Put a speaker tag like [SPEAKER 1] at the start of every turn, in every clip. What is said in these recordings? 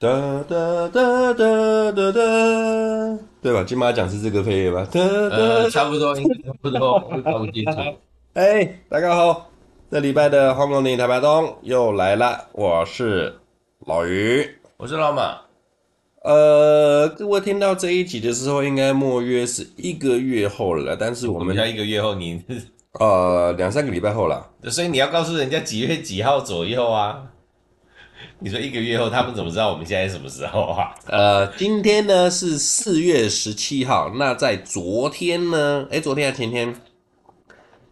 [SPEAKER 1] 哒哒哒哒哒哒，对吧？金马奖是这个配乐吧？哒
[SPEAKER 2] 呃，
[SPEAKER 1] 哒。
[SPEAKER 2] 差不多，应该差不多，我搞不清楚。
[SPEAKER 1] 哎，大家好，这礼拜的荒龙电台台东又来啦，我是老于。
[SPEAKER 2] 我是老马，
[SPEAKER 1] 呃，各位听到这一集的时候，应该莫约是一个月后了啦，但是我
[SPEAKER 2] 我们
[SPEAKER 1] 们
[SPEAKER 2] 要一个月后你，
[SPEAKER 1] 呃两三个礼拜后啦。
[SPEAKER 2] 所以你要告诉人家几月几号左右啊？你说一个月后，他们怎么知道我们现在什么时候啊？
[SPEAKER 1] 呃，今天呢是四月十七号，那在昨天呢，哎，昨天还前天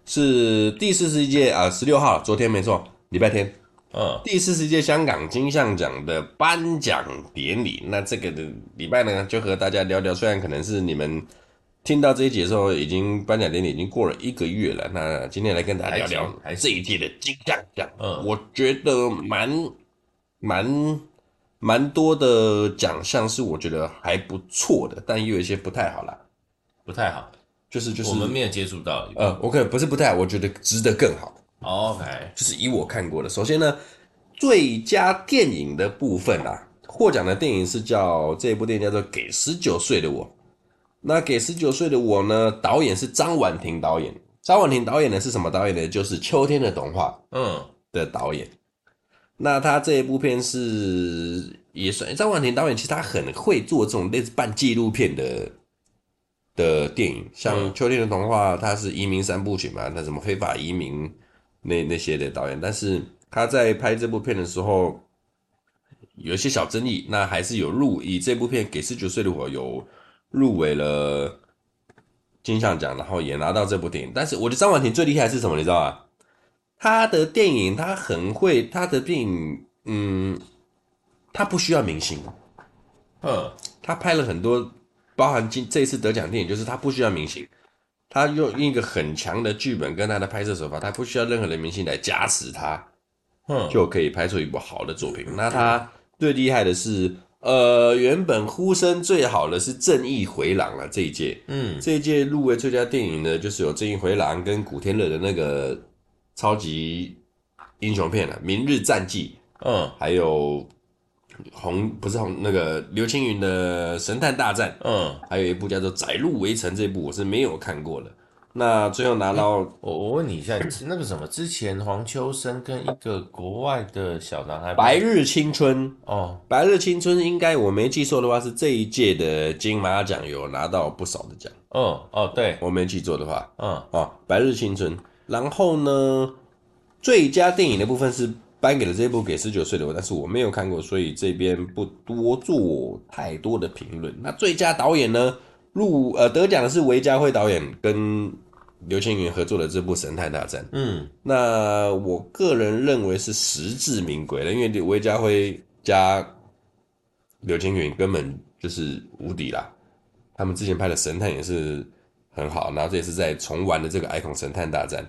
[SPEAKER 1] 是第四十一届啊，十、六号，昨天没错，礼拜天，
[SPEAKER 2] 嗯，
[SPEAKER 1] 第四十届香港金像奖的颁奖典礼。那这个的礼拜呢，就和大家聊聊，虽然可能是你们听到这一集的时候，已经颁奖典礼已经过了一个月了，那今天来跟大家聊聊
[SPEAKER 2] 还行
[SPEAKER 1] 这一届的金像奖。
[SPEAKER 2] 嗯
[SPEAKER 1] 我觉得蛮蛮蛮多的奖项是我觉得还不错的，但也有一些不太好啦。
[SPEAKER 2] 不太好，
[SPEAKER 1] 就是就是
[SPEAKER 2] 我们没有接触到。
[SPEAKER 1] 呃，我可能不是不太好，我觉得值得更好。
[SPEAKER 2] OK，
[SPEAKER 1] 就是以我看过的，首先呢，最佳电影的部分啊，获奖的电影是叫这一部电影叫做《给十九岁的我》。那《给十九岁的我》呢，导演是张婉婷导演。张婉婷导演呢是什么导演呢？就是《秋天的童话
[SPEAKER 2] 嗯，》
[SPEAKER 1] 的导演。那他这一部片是也算张婉婷导演，其实他很会做这种类似半纪录片的的电影，像
[SPEAKER 2] 嗯
[SPEAKER 1] 《秋天的童话》，它是移民三部曲嘛，那什么非法移民那那些的导演，但是他在拍这部片的时候有一些小争议，那还是有入以这部片给十九岁的我有入围了金像奖，然后也拿到这部电影，但是我觉得张婉婷最厉害是什么，你知道吗？他的电影他很会，他的电影嗯，他不需要明星。
[SPEAKER 2] 嗯，
[SPEAKER 1] 他拍了很多，包含今这一次得奖电影，就是他不需要明星，他用一个很强的剧本跟他的拍摄手法，他不需要任何的明星来加持他，
[SPEAKER 2] 嗯，
[SPEAKER 1] 就可以拍出一部好的作品。那他最厉害的是，呃，原本呼声最好的是《正义回廊》啊，这一届，
[SPEAKER 2] 嗯，
[SPEAKER 1] 这一届入围最佳电影呢，就是有《正义回廊》跟古天乐的那个超级英雄片了、啊，《明日战记》。
[SPEAKER 2] 嗯，
[SPEAKER 1] 还有红不是红那个刘青云的《神探大战》，
[SPEAKER 2] 嗯，
[SPEAKER 1] 还有一部叫做《窄路围城》这部我是没有看过的。那最后拿到、
[SPEAKER 2] 我我问你一下，那个什么，之前黄秋生跟一个国外的小男孩
[SPEAKER 1] 白日青春》，《
[SPEAKER 2] 哦，
[SPEAKER 1] 白日青春》应该我没记错的话是这一届的金马奖有拿到不少的奖，
[SPEAKER 2] 嗯，哦，对，
[SPEAKER 1] 我没记错的话
[SPEAKER 2] 嗯，
[SPEAKER 1] 啊，《白日青春》。然后呢，最佳电影的部分是颁给了这部给十九岁的我，但是我没有看过，所以这边不多做太多的评论。那最佳导演呢，入呃得奖的是韦家辉导演跟刘青云合作的这部《神探大战》。
[SPEAKER 2] 嗯，
[SPEAKER 1] 那我个人认为是实至名归的，因为韦家辉加刘青云根本就是无敌啦。他们之前拍的《神探》也是很好，然后这也是在重玩的这个《icon 神探大战》。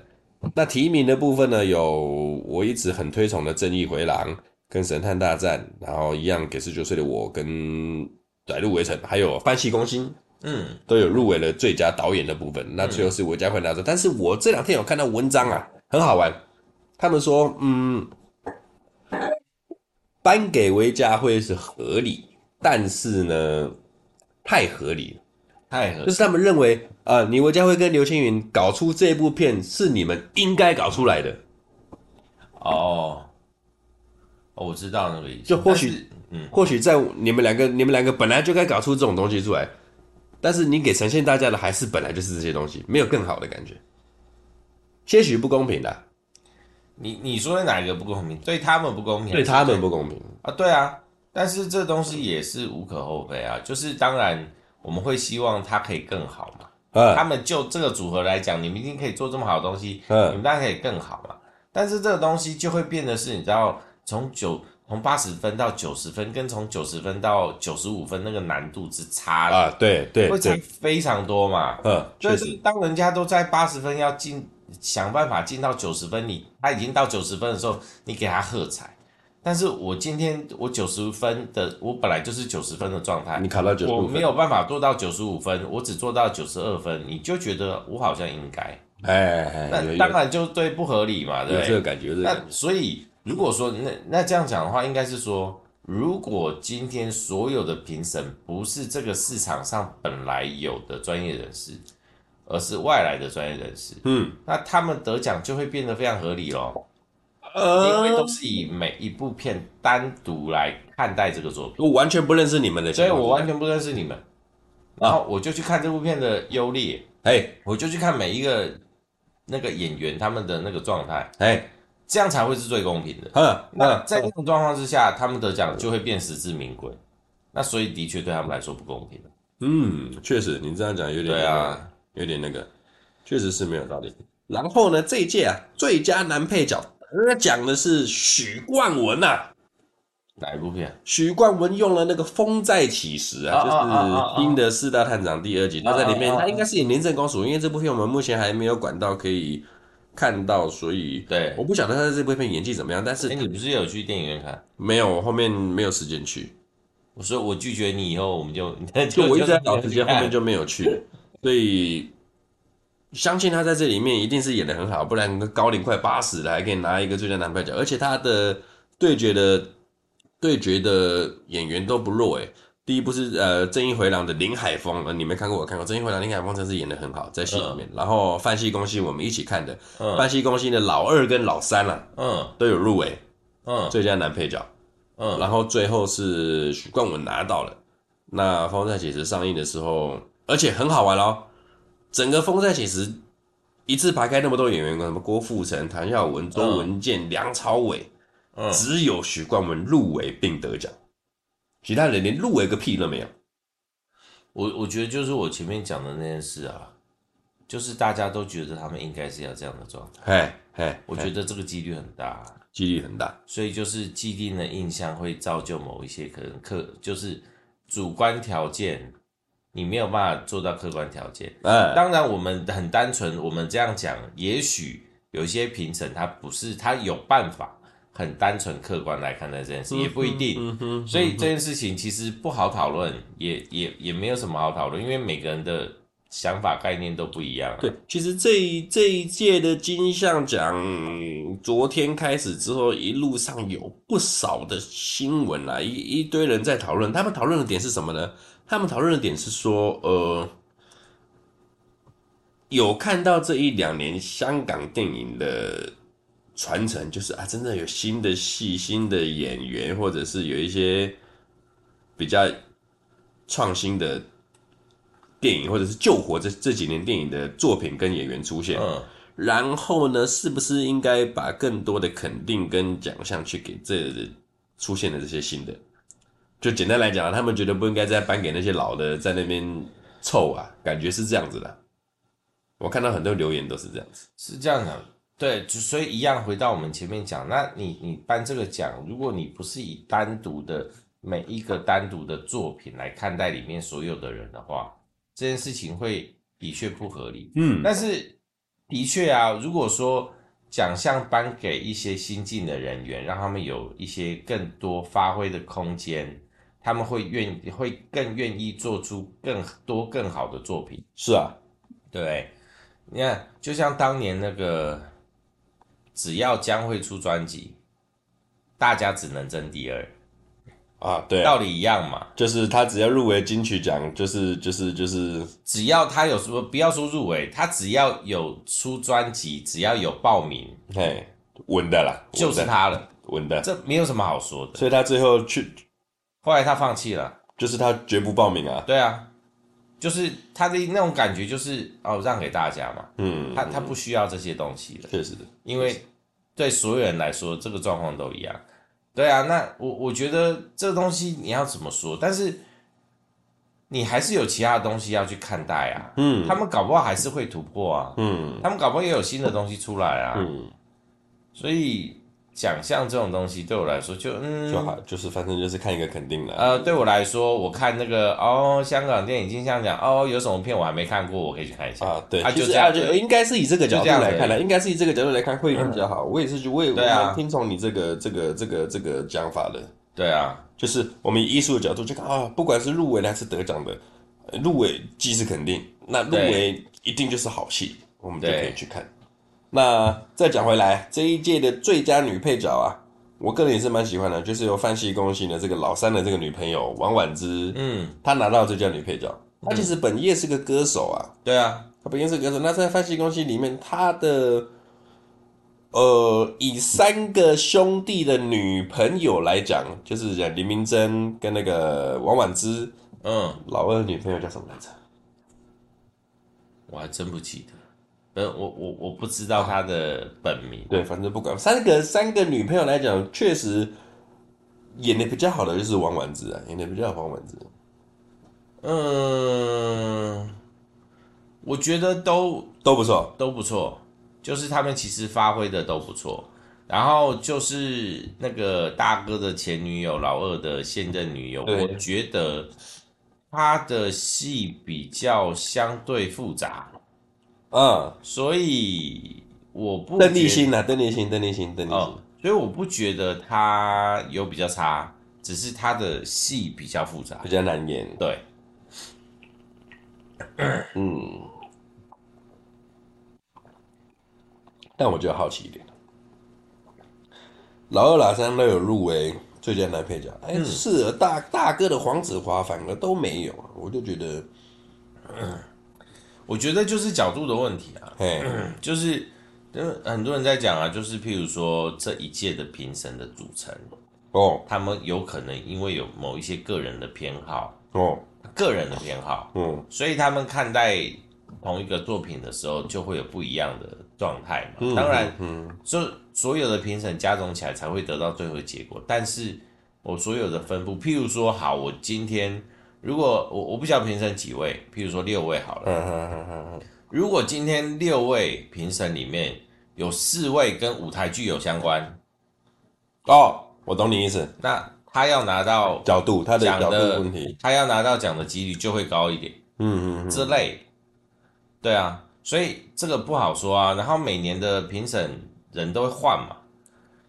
[SPEAKER 1] 那提名的部分呢，有我一直很推崇的《正义回廊》跟《神探大战》，然后一样给十九岁的我跟《窄路围城》，还有《翻戏攻心》
[SPEAKER 2] 嗯，
[SPEAKER 1] 都有入围了最佳导演的部分，那最后是韦家辉拿走。但是我这两天有看到文章啊，很好玩，他们说，嗯，颁给韦家辉是合理，但是呢，太合理了，
[SPEAKER 2] 太合
[SPEAKER 1] 就，是他们认为，啊，你韦家辉跟刘青云搞出这部片是你们应该搞出来的，
[SPEAKER 2] 哦，哦，我知道那个意思，
[SPEAKER 1] 就或许
[SPEAKER 2] 但是，嗯，
[SPEAKER 1] 或许在你们两个，你们两个本来就该搞出这种东西出来，但是你给呈现大家的还是本来就是这些东西，没有更好的感觉，些许不公平的。
[SPEAKER 2] 你你说的哪一个不公平？对他们不公平，
[SPEAKER 1] 对他们不公平。
[SPEAKER 2] 啊，对啊，但是这东西也是无可厚非啊，就是当然我们会希望它可以更好嘛。他
[SPEAKER 1] 嗯，
[SPEAKER 2] 们就这个组合来讲，你们一定可以做这么好的东西，
[SPEAKER 1] 嗯
[SPEAKER 2] 你们当然可以更好嘛。但是这个东西就会变得是，你知道，从九从八十分到九十分，跟从九十分到九十五分那个难度之差，
[SPEAKER 1] 啊，对对
[SPEAKER 2] 会差
[SPEAKER 1] 对，
[SPEAKER 2] 非常多嘛。
[SPEAKER 1] 嗯，
[SPEAKER 2] 所
[SPEAKER 1] 确
[SPEAKER 2] 以
[SPEAKER 1] 实，
[SPEAKER 2] 是当人家都在八十分要进，想办法进到九十分，你他已经到九十分的时候，你给他喝彩。但是我今天我九十分的，我本来就是九十分的状态，
[SPEAKER 1] 你考到九十
[SPEAKER 2] 我
[SPEAKER 1] 五
[SPEAKER 2] 没
[SPEAKER 1] 分，
[SPEAKER 2] 有办法做到九十五分，我只做到九十二分，你就觉得我好像应该，
[SPEAKER 1] 哎哎哎，有
[SPEAKER 2] 那
[SPEAKER 1] 有
[SPEAKER 2] 当然就对不合理嘛，对
[SPEAKER 1] 有
[SPEAKER 2] 不
[SPEAKER 1] 这个
[SPEAKER 2] 对？
[SPEAKER 1] 感觉，有这个感
[SPEAKER 2] 那
[SPEAKER 1] 觉，
[SPEAKER 2] 所以如果说那那这样讲的话，应该是说如果今天所有的评审不是这个市场上本来有的专业人士，而是外来的专业人士，
[SPEAKER 1] 嗯，
[SPEAKER 2] 那他们得奖就会变得非常合理咯，因为
[SPEAKER 1] 呃，
[SPEAKER 2] 都是以每一部片单独来看待这个作品。
[SPEAKER 1] 我完全不认识你们的
[SPEAKER 2] 所
[SPEAKER 1] 情
[SPEAKER 2] 以
[SPEAKER 1] 况，
[SPEAKER 2] 我完全不认识你们。然后我就去看这部片的优劣，
[SPEAKER 1] 哎
[SPEAKER 2] 我就去看每一个那个演员他们的那个状态，
[SPEAKER 1] 哎，
[SPEAKER 2] 这样才会是最公平的。
[SPEAKER 1] 哼，
[SPEAKER 2] 那
[SPEAKER 1] 那
[SPEAKER 2] 啊在这种状况之下，他们得奖就会变实至名归，那所以的确对他们来说不公平。
[SPEAKER 1] 嗯，确实，你这样讲有点
[SPEAKER 2] 对啊，
[SPEAKER 1] 有点那个，确实是没有道理。然后呢，这一届啊，最佳男配角得奖的是许冠文呐、啊。
[SPEAKER 2] 哪一部片？
[SPEAKER 1] 许冠文用了那个《风再起时》
[SPEAKER 2] 啊啊啊啊
[SPEAKER 1] 啊，
[SPEAKER 2] 啊
[SPEAKER 1] 就是新的《四大探长》第二集，他在里面，
[SPEAKER 2] 啊啊啊啊
[SPEAKER 1] 他应该是演廉政公署，因为这部片我们目前还没有管到可以看到，所以
[SPEAKER 2] 对
[SPEAKER 1] 我不晓得他在这部片演技怎么样，但
[SPEAKER 2] 哎，
[SPEAKER 1] 是
[SPEAKER 2] 你不是有去电影院看？
[SPEAKER 1] 没有，我后面没有时间去，
[SPEAKER 2] 我说我拒绝你以后，我们就
[SPEAKER 1] 就我一直在
[SPEAKER 2] 老
[SPEAKER 1] 找时间，后面就没有 去，所以相信他在这里面一定是演的很好，不然高龄快八十了还可以拿一个最佳男配角，而且他的对决的对决的演员都不弱诶、欸第一部是呃《正义回廊》的林海峰，呃你没看过，我看过《正义回廊》，林海峰真是演的很好，在戏里面。然后《范西公西》我们一起看的，
[SPEAKER 2] 嗯
[SPEAKER 1] 范西公西》的老二跟老三啊
[SPEAKER 2] 嗯
[SPEAKER 1] 都有入围
[SPEAKER 2] 嗯
[SPEAKER 1] 最佳男配角。
[SPEAKER 2] 嗯，
[SPEAKER 1] 然后最后是许冠文拿到了。那《风再起时》上映的时候，而且很好玩哦，整个《风再起时》一字排开那么多演员，什么郭富城、谭耀文、周文健、梁朝伟，
[SPEAKER 2] 嗯
[SPEAKER 1] 只有许冠文入围并得奖，其他人连入围个屁都没有。
[SPEAKER 2] 我我觉得就是我前面讲的那件事啊，就是大家都觉得他们应该是要这样的状态，
[SPEAKER 1] 嘿，嘿，
[SPEAKER 2] 我
[SPEAKER 1] 嘿
[SPEAKER 2] 觉得这个几率很大，啊
[SPEAKER 1] 几率很大。
[SPEAKER 2] 所以就是既定的印象会造就某一些可能客，就是主观条件，你没有办法做到客观条件。
[SPEAKER 1] 嗯，
[SPEAKER 2] 当然，我们很单纯，我们这样讲，也许有一些评审他不是他有办法很单纯客观来看待这件事，也不一定。
[SPEAKER 1] 嗯哼，
[SPEAKER 2] 所以这件事情其实不好讨论，也也也没有什么好讨论，因为每个人的想法概念都不一样、啊。
[SPEAKER 1] 对，其实这一这一届的金像奖，昨天开始之后，一路上有不少的新闻啦，一一堆人在讨论。他们讨论的点是什么呢？他们讨论的点是说，呃，有看到这一两年香港电影的传承，就是啊，真的有新的戏、新的演员，或者是有一些比较创新的电影，或者是救活这这几年电影的作品跟演员出现。
[SPEAKER 2] 嗯，
[SPEAKER 1] 然后呢，是不是应该把更多的肯定跟奖项去给这出现的这些新的？就简单来讲啊，他们觉得不应该再颁给那些老的在那边凑啊，感觉是这样子的。我看到很多留言都是这样子。
[SPEAKER 2] 是这样的。对，就所以一样回到我们前面讲，那你你颁这个奖，如果你不是以单独的每一个单独的作品来看待里面所有的人的话，这件事情会的确不合理。
[SPEAKER 1] 嗯
[SPEAKER 2] 但是的确啊，如果说奖项颁给一些新进的人员，让他们有一些更多发挥的空间，他们会愿会更愿意做出更多更好的作品。
[SPEAKER 1] 是啊，
[SPEAKER 2] 对，你看，就像当年那个，只要将会出专辑，大家只能争第二，
[SPEAKER 1] 啊，对啊
[SPEAKER 2] 道理一样嘛。
[SPEAKER 1] 就是他只要入围金曲奖，就是就是就是，
[SPEAKER 2] 只要他有什么，不要说入围，他只要有出专辑，只要有报名，
[SPEAKER 1] 嘿，稳的啦，
[SPEAKER 2] 就是
[SPEAKER 1] 稳的
[SPEAKER 2] 他了，
[SPEAKER 1] 稳的，
[SPEAKER 2] 这没有什么好说的。
[SPEAKER 1] 所以他最后去
[SPEAKER 2] 后来他放弃了，
[SPEAKER 1] 就是他绝不报名啊，
[SPEAKER 2] 对啊，就是他的那种感觉就是哦，让给大家嘛，
[SPEAKER 1] 嗯，
[SPEAKER 2] 他他不需要这些东西了，
[SPEAKER 1] 确实的，
[SPEAKER 2] 因为对所有人来说，这个状况都一样。对啊，那我我觉得这东西你要怎么说，但是你还是有其他的东西要去看待啊，嗯，他们搞不好还是会突破啊，
[SPEAKER 1] 嗯
[SPEAKER 2] 他们搞不好也有新的东西出来啊，
[SPEAKER 1] 嗯，
[SPEAKER 2] 所以奖项这种东西对我来说就嗯
[SPEAKER 1] 就好，就是反正就是看一个肯定的啊，
[SPEAKER 2] 呃，对我来说，我看那个哦，香港电影金像奖哦，有什么片我还没看过，我可以去看一下。
[SPEAKER 1] 啊对，
[SPEAKER 2] 啊
[SPEAKER 1] 其
[SPEAKER 2] 就
[SPEAKER 1] 实
[SPEAKER 2] 这样
[SPEAKER 1] 啊，就应该是以这个角度
[SPEAKER 2] 就这样子嗯
[SPEAKER 1] 来看的，应该是以这个角度来看会比较好。我也是，我也
[SPEAKER 2] 对啊
[SPEAKER 1] 我蛮听从你这个这个这个这个讲法的，
[SPEAKER 2] 对啊，
[SPEAKER 1] 就是我们以艺术的角度去看啊，不管是入围的还是得奖的，呃入围既是肯定，那入围一定就是好戏，我们就可以去看。那再讲回来，这一届的最佳女配角啊，我个人也是蛮喜欢的，就是由范西公信的这个老三的这个女朋友王婉之，
[SPEAKER 2] 嗯，
[SPEAKER 1] 她拿到最佳女配角。她其实本业是个歌手啊，
[SPEAKER 2] 对啊，
[SPEAKER 1] 她本业是个歌手。那在范西公信里面，她的呃，以三个兄弟的女朋友来讲，就是讲林明珍跟那个王婉之，
[SPEAKER 2] 嗯，
[SPEAKER 1] 老二的女朋友叫什么来着？
[SPEAKER 2] 我还真不记得，呃，我我我不知道他的本名，
[SPEAKER 1] 对，反正不管三个三个女朋友来讲，确实演的比较好的就是王婉之啊，演的比较好王婉之。
[SPEAKER 2] 嗯，我觉得都
[SPEAKER 1] 都不错，
[SPEAKER 2] 都不错，就是他们其实发挥的都不错。然后就是那个大哥的前女友，老二的现任女友，
[SPEAKER 1] 对
[SPEAKER 2] 我觉得她的戏比较相对复杂，
[SPEAKER 1] 嗯，
[SPEAKER 2] 所以我不
[SPEAKER 1] 邓丽
[SPEAKER 2] 觉
[SPEAKER 1] 欣啊，邓丽欣，邓丽欣，邓丽欣
[SPEAKER 2] 哦，，所以我不觉得她有比较差，只是她的戏比较复杂
[SPEAKER 1] 比。较难演。
[SPEAKER 2] 对，
[SPEAKER 1] 嗯，但我就好奇一点，老二、老三都有入围最佳男配角，哎、
[SPEAKER 2] 嗯
[SPEAKER 1] 是啊大大哥的黄子华反而都没有啊，我就觉得，
[SPEAKER 2] 我觉得就是角度的问题啊。
[SPEAKER 1] 哎，
[SPEAKER 2] 就是呃很多人在讲啊，就是譬如说这一届的评审的组成，
[SPEAKER 1] 哦
[SPEAKER 2] 他们有可能因为有某一些个人的偏好，
[SPEAKER 1] 哦，
[SPEAKER 2] 个人的偏好，
[SPEAKER 1] 嗯，
[SPEAKER 2] 所以他们看待同一个作品的时候就会有不一样的状态嘛。
[SPEAKER 1] 嗯
[SPEAKER 2] 当然，
[SPEAKER 1] 嗯，
[SPEAKER 2] 就所有的评审加总起来才会得到最后的结果，但是我所有的分布，譬如说，好，我今天。如果我我不晓得评审几位，譬如说六位好了，
[SPEAKER 1] 嗯嗯嗯嗯嗯
[SPEAKER 2] 如果今天六位评审里面有四位跟舞台剧有相关，
[SPEAKER 1] 哦，我懂你意思，
[SPEAKER 2] 那他要拿到
[SPEAKER 1] 角度，他的
[SPEAKER 2] 奖
[SPEAKER 1] 角度
[SPEAKER 2] 的
[SPEAKER 1] 问题，，
[SPEAKER 2] 他要拿到奖的几率就会高一点，
[SPEAKER 1] 嗯嗯嗯，
[SPEAKER 2] 这类。对啊，所以这个不好说啊。然后每年的评审人都会换嘛，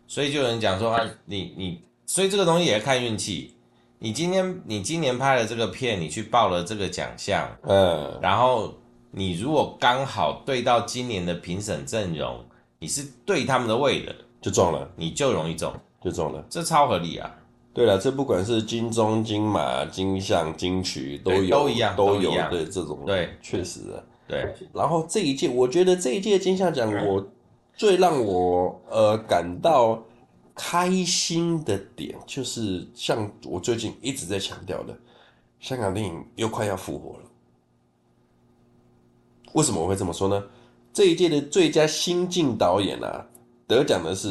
[SPEAKER 2] 所以就有人讲说啊，你你，所以这个东西也看运气。你今天你今年拍了这个片，你去报了这个奖项，
[SPEAKER 1] 嗯，
[SPEAKER 2] 然后你如果刚好对到今年的评审阵容，你是对他们的胃的，
[SPEAKER 1] 就中了，
[SPEAKER 2] 你就容易中，
[SPEAKER 1] 就中了。
[SPEAKER 2] 这超合理啊！
[SPEAKER 1] 对了，这不管是金钟、金马、金像、金曲都
[SPEAKER 2] 对
[SPEAKER 1] 有，
[SPEAKER 2] 都一样
[SPEAKER 1] 都
[SPEAKER 2] 都一
[SPEAKER 1] 有
[SPEAKER 2] 样
[SPEAKER 1] 对这种，
[SPEAKER 2] 对，
[SPEAKER 1] 确实啊。
[SPEAKER 2] 对，
[SPEAKER 1] 然后这一届，我觉得这一届金像奖，我最让我呃感到开心的点，就是像我最近一直在强调的，香港电影又快要复活了。为什么我会这么说呢？这一届的最佳新晋导演啊，得奖的是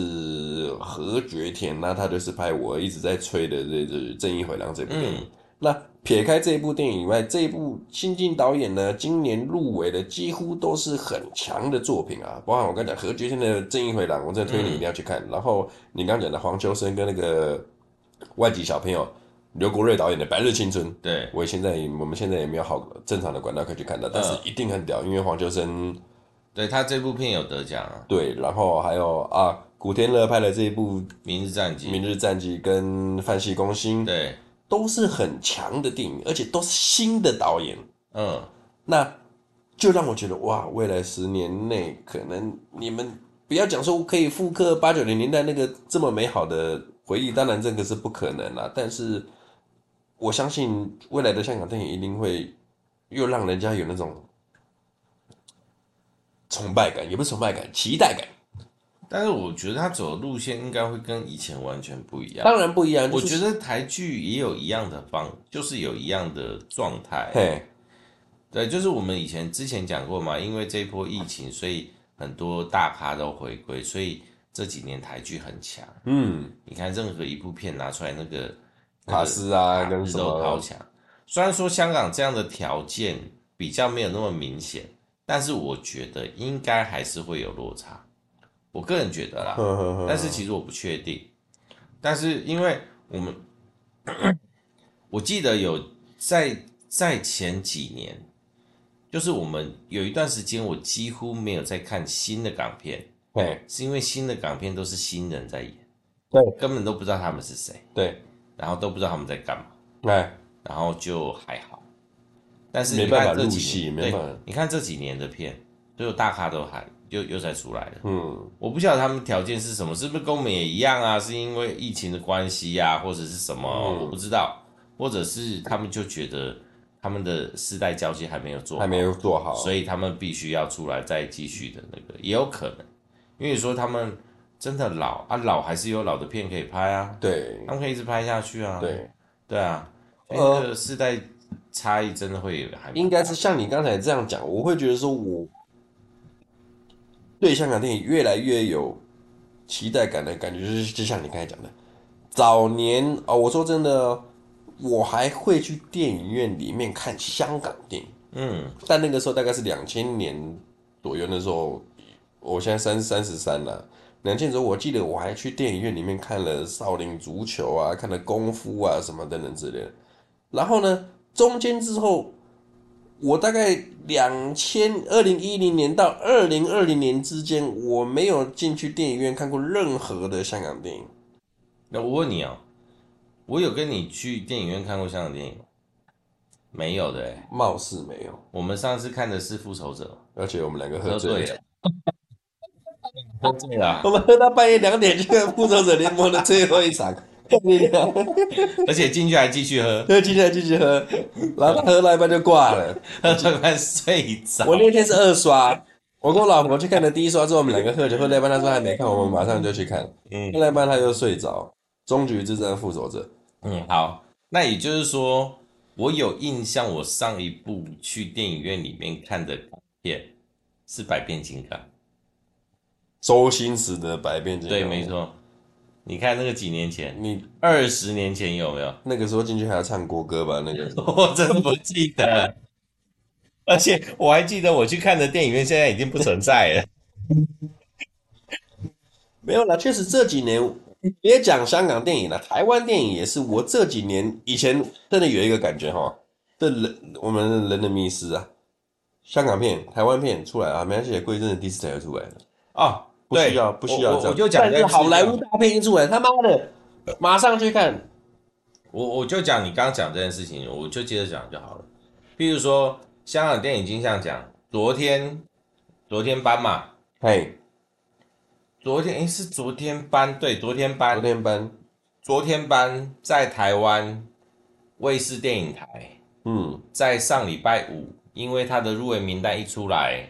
[SPEAKER 1] 何觉田，那他就是拍我一直在吹的这这《正义回廊》这部电影。那撇开这一部电影以外，这一部新晋导演呢，今年入围的几乎都是很强的作品啊，包含我刚讲何觉天的《正义回廊》，我真的推你一定要去看。然后你刚讲的黄秋生跟那个外籍小朋友刘国瑞导演的《白日青春》，
[SPEAKER 2] 对，
[SPEAKER 1] 我现在也我们现在也没有好正常的管道可以去看到，但是一定很屌，因为黄秋生
[SPEAKER 2] 对他这部片有得奖啊，
[SPEAKER 1] 对，然后还有啊古天乐拍的这一部
[SPEAKER 2] 《明日战
[SPEAKER 1] 《
[SPEAKER 2] 记》
[SPEAKER 1] 明日战记》跟《范西攻心》，
[SPEAKER 2] 对，
[SPEAKER 1] 都是很强的电影，而且都是新的导演。
[SPEAKER 2] 嗯，
[SPEAKER 1] 那就让我觉得哇，未来十年内可能你们不要讲说可以复刻八九零年代那个这么美好的回忆，当然这个是不可能啦。但是我相信未来的香港电影一定会又让人家有那种崇拜感，也不是崇拜感，期待感。
[SPEAKER 2] 但是我觉得他走的路线应该会跟以前完全不一样。
[SPEAKER 1] 当然不一样，
[SPEAKER 2] 我
[SPEAKER 1] 就是
[SPEAKER 2] 觉得台剧也有一样的方，就是有一样的状态。
[SPEAKER 1] 嘿，
[SPEAKER 2] 对，就是我们以前之前讲过嘛，因为这一波疫情，所以很多大咖都回归，所以这几年台剧很强。
[SPEAKER 1] 嗯，
[SPEAKER 2] 你看任何一部片拿出来，那个
[SPEAKER 1] 卡斯啊，
[SPEAKER 2] 日
[SPEAKER 1] 跟什
[SPEAKER 2] 都超
[SPEAKER 1] 么，
[SPEAKER 2] 强。虽然说香港这样的条件比较没有那么明显，但是我觉得应该还是会有落差。我个人觉得啦，
[SPEAKER 1] 呵呵呵，
[SPEAKER 2] 但是其实我不确定。但是因为我们，我记得有在在前几年，就是我们有一段时间我几乎没有在看新的港片，
[SPEAKER 1] 嘿，
[SPEAKER 2] 是因为新的港片都是新人在演，
[SPEAKER 1] 对，
[SPEAKER 2] 根本都不知道他们是谁，
[SPEAKER 1] 对，
[SPEAKER 2] 然后都不知道他们在干嘛。
[SPEAKER 1] 哎，
[SPEAKER 2] 然后就还好。但是你
[SPEAKER 1] 没办
[SPEAKER 2] 看
[SPEAKER 1] 法
[SPEAKER 2] 这
[SPEAKER 1] 入
[SPEAKER 2] 几
[SPEAKER 1] 戏
[SPEAKER 2] 年，
[SPEAKER 1] 没办法
[SPEAKER 2] 对，你看这几年的片，所有大咖都还又又才出来了。
[SPEAKER 1] 嗯，
[SPEAKER 2] 我不晓得他们条件是什么，是不是跟我们也一样啊？是因为疫情的关系呀、或者是什么？
[SPEAKER 1] 嗯
[SPEAKER 2] 我不知道，或者是他们就觉得他们的世代交接还没有做好，
[SPEAKER 1] 还没有做好，
[SPEAKER 2] 所以他们必须要出来再继续的那个，也有可能，因为你说他们真的老啊，老还是有老的片可以拍啊，
[SPEAKER 1] 对
[SPEAKER 2] 他们可以一直拍下去啊，
[SPEAKER 1] 对，
[SPEAKER 2] 对啊，所以
[SPEAKER 1] 呃
[SPEAKER 2] 这个世代差异真的会有还蛮
[SPEAKER 1] 应该是像你刚才这样讲，我会觉得说我对香港电影越来越有期待感的感觉，就是就像你刚才讲的，早年哦，我说真的，我还会去电影院里面看香港电影，
[SPEAKER 2] 嗯
[SPEAKER 1] 但那个时候大概是两千年左右那时候，我现在三三十三了。两千年左右，我记得我还去电影院里面看了《少林足球》啊，看了《功夫》啊，什么等等之类的。然后呢，中间之后，我大概两千二零一零年到二零二零年之间，我没有进去电影院看过任何的香港电影。
[SPEAKER 2] 那我问你哦，我有跟你去电影院看过香港电影吗？没有的、欸，
[SPEAKER 1] 貌似没有，
[SPEAKER 2] 我们上次看的是《复仇者
[SPEAKER 1] 而且我们两个》，喝
[SPEAKER 2] 喝
[SPEAKER 1] 醉
[SPEAKER 2] 醉
[SPEAKER 1] 了
[SPEAKER 2] 了， 喝醉了啊
[SPEAKER 1] 我，们喝到半夜两点去看《复仇者联盟》的最后一 场，看你俩。
[SPEAKER 2] 而且进去还继续喝，
[SPEAKER 1] 喝，今天继 续喝，然后他喝到一半就挂了。
[SPEAKER 2] 喝到快睡着。
[SPEAKER 1] 我那天是二刷，我跟我老婆去看的第一刷之后，我们两个喝酒，喝到一半她说还没看，我们马上就去看。
[SPEAKER 2] 嗯
[SPEAKER 1] 喝到一半她又睡着。终局之战复仇者，
[SPEAKER 2] 嗯，好，那也就是说，我有印象，我上一部去电影院里面看的港片是《百变金刚》，
[SPEAKER 1] 周星驰的百变金刚。
[SPEAKER 2] 对，没。错。你看那个几年前，
[SPEAKER 1] 你
[SPEAKER 2] 二十年前有没有？
[SPEAKER 1] 那个时候进去还要唱国歌吧？那个
[SPEAKER 2] 我真的不记得，而且我还记得我去看的电影院现在已经不存在了。
[SPEAKER 1] 没有啦，确实这几年别讲香港电影了，台湾电影也是。我这几年以前真的有一个感觉哈，这人我们人的迷失啊，香港片、台湾片出来啊，没关系，过一阵子第四台就出来了。
[SPEAKER 2] 哦，
[SPEAKER 1] 不需要，
[SPEAKER 2] 对
[SPEAKER 1] 不需要
[SPEAKER 2] 我
[SPEAKER 1] 这
[SPEAKER 2] 我
[SPEAKER 1] 样。
[SPEAKER 2] 我就讲
[SPEAKER 1] 但
[SPEAKER 2] 跟
[SPEAKER 1] 是好莱
[SPEAKER 2] 你
[SPEAKER 1] 坞大片一出来，他妈的，马上去看。
[SPEAKER 2] 我我就讲你刚刚讲这件事情，我就接着讲就好了。譬如说香港电影金像奖，昨天昨天颁嘛，
[SPEAKER 1] 嘿，
[SPEAKER 2] 昨天诶是昨天颁，对，昨天颁
[SPEAKER 1] 昨，天班，
[SPEAKER 2] 昨天颁在台湾卫视电影台，
[SPEAKER 1] 嗯，
[SPEAKER 2] 在上礼拜五，因为他的入围名单一出来，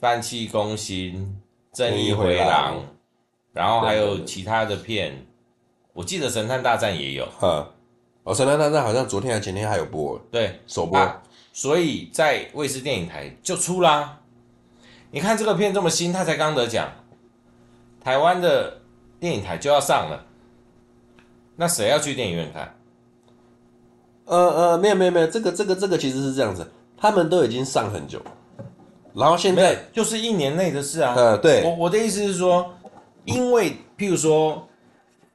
[SPEAKER 2] 范气攻心、正义回
[SPEAKER 1] 正义回
[SPEAKER 2] 廊
[SPEAKER 1] 廊，
[SPEAKER 2] 然后还
[SPEAKER 1] 对
[SPEAKER 2] 有
[SPEAKER 1] 对对
[SPEAKER 2] 其他的片，我记得《神探大战》也有，
[SPEAKER 1] 哈，哦，神探大战好像昨天还前天还有播
[SPEAKER 2] 对，
[SPEAKER 1] 首播，
[SPEAKER 2] 啊，所以在卫视电影台就出啦。你看这个片这么新，它才刚得奖，台湾的电影台就要上了，那谁要去电影院看？
[SPEAKER 1] 呃呃，没有没有没有，这个这个这个其实是这样子，他们都已经上很久，然后现
[SPEAKER 2] 没有
[SPEAKER 1] 在，，
[SPEAKER 2] 就是一年内的事啊。
[SPEAKER 1] 呃，对，
[SPEAKER 2] 我我的意思是说，因为譬如说，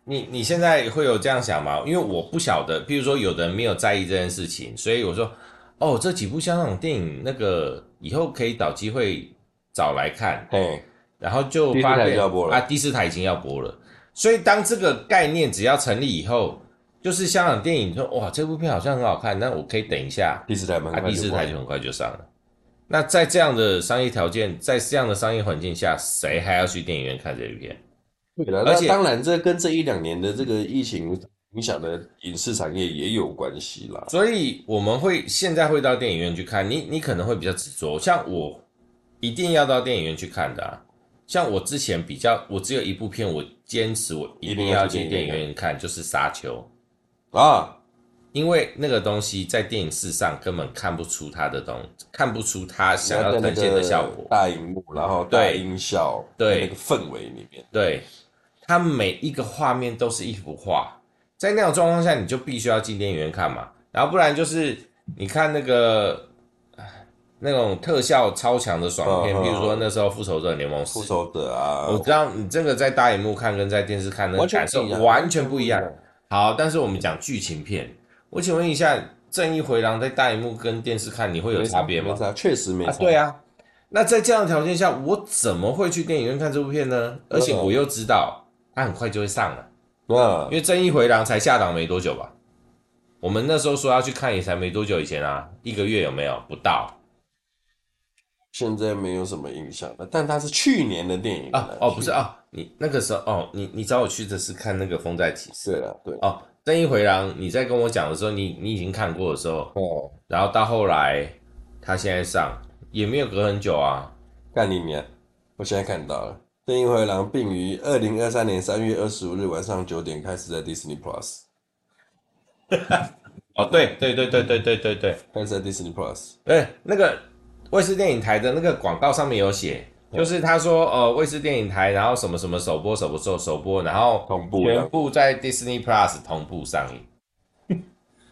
[SPEAKER 2] 你你现在会有这样想吗？因为我不晓得，譬如说，有的人没有在意这件事情，所以我说，哦，这几部香港电影那个以后可以找机会找来看，
[SPEAKER 1] 嘿，
[SPEAKER 2] 然后就
[SPEAKER 1] 第四
[SPEAKER 2] 发
[SPEAKER 1] 台
[SPEAKER 2] 现
[SPEAKER 1] 就要播了
[SPEAKER 2] 啊，第四台已经要播了。所以当这个概念只要成立以后，就是香港电影说哇，这部片好像很好看，那我可以等一下，
[SPEAKER 1] 第四台蛮
[SPEAKER 2] 啊，
[SPEAKER 1] 快
[SPEAKER 2] 第
[SPEAKER 1] 就
[SPEAKER 2] 四
[SPEAKER 1] 播
[SPEAKER 2] 台就很快就上了。那在这样的商业条件，在这样的商业环境下，谁还要去电影院看这部片？
[SPEAKER 1] 对了，
[SPEAKER 2] 而
[SPEAKER 1] 那
[SPEAKER 2] 且
[SPEAKER 1] 当然这跟这一两年的这个疫情影响的影视产业也有关系啦。
[SPEAKER 2] 所以我们会现在会到电影院去看，你你可能会比较执着，像我一定要到电影院去看的、啊。像我之前比较，我只有一部片，我坚持我一定要去电影院看，就是《沙丘》。
[SPEAKER 1] 啊，
[SPEAKER 2] 因为那个东西在电影市上根本看不出它的东，看不出它想要
[SPEAKER 1] 在那
[SPEAKER 2] 呈现
[SPEAKER 1] 个
[SPEAKER 2] 的效果。
[SPEAKER 1] 大荧幕，然后大
[SPEAKER 2] 对
[SPEAKER 1] 音效，
[SPEAKER 2] 对
[SPEAKER 1] 那个氛围里面。
[SPEAKER 2] 对，它每一个画面都是一幅画，在那种状况下，你就必须要进电影院看嘛，然后不然就是你看那个唉那种特效超强的爽片，
[SPEAKER 1] 嗯嗯
[SPEAKER 2] 比如说那时候《复仇者联盟四
[SPEAKER 1] 复》，仇者啊，
[SPEAKER 2] 我知道你这个在大荧幕看跟在电视看那个
[SPEAKER 1] 完全
[SPEAKER 2] 感受
[SPEAKER 1] 不一样
[SPEAKER 2] 完全不一样。好，但是我们讲剧情片，我请问一下，《正义回廊》在大荧幕跟电视看你会有
[SPEAKER 1] 没
[SPEAKER 2] 差别吗
[SPEAKER 1] 没？差，确实没
[SPEAKER 2] 啊
[SPEAKER 1] 差。，
[SPEAKER 2] 对啊。那在这样的条件下，我怎么会去电影院看这部片呢？而且我又知道它很快就会上了，因
[SPEAKER 1] 嗯，
[SPEAKER 2] 为《正义回廊》才下档没多久吧？我们那时候说要去看也才没多久以前啊，一个月有没有？不到。
[SPEAKER 1] 现在没有什么影响了，但它是去年的电影
[SPEAKER 2] 啊
[SPEAKER 1] 了
[SPEAKER 2] 哦，不是，啊、你那个时候哦，你你找我去的是看那个《风再起
[SPEAKER 1] 去对了，啊对》，
[SPEAKER 2] 哦，《正义回廊》，你在跟我讲的时候，你你已经看过的时候，
[SPEAKER 1] 哦，
[SPEAKER 2] 然后到后来他现在上也没有隔很久啊，
[SPEAKER 1] 干你娘！我现在看到了，《正义回廊》并于二零二三年三月二十五日晚上九点开始在 Disney Plus，
[SPEAKER 2] 哦，对对对对对对对对，
[SPEAKER 1] 开始在 Disney Plus，
[SPEAKER 2] 对，哎那个卫视电影台的那个广告上面有写，
[SPEAKER 1] 哦
[SPEAKER 2] 就是他说呃卫视电影台，然后什么什么首播首播首首播，然后
[SPEAKER 1] 同步
[SPEAKER 2] 全
[SPEAKER 1] 的。
[SPEAKER 2] 部在 Disney Plus 同步上映。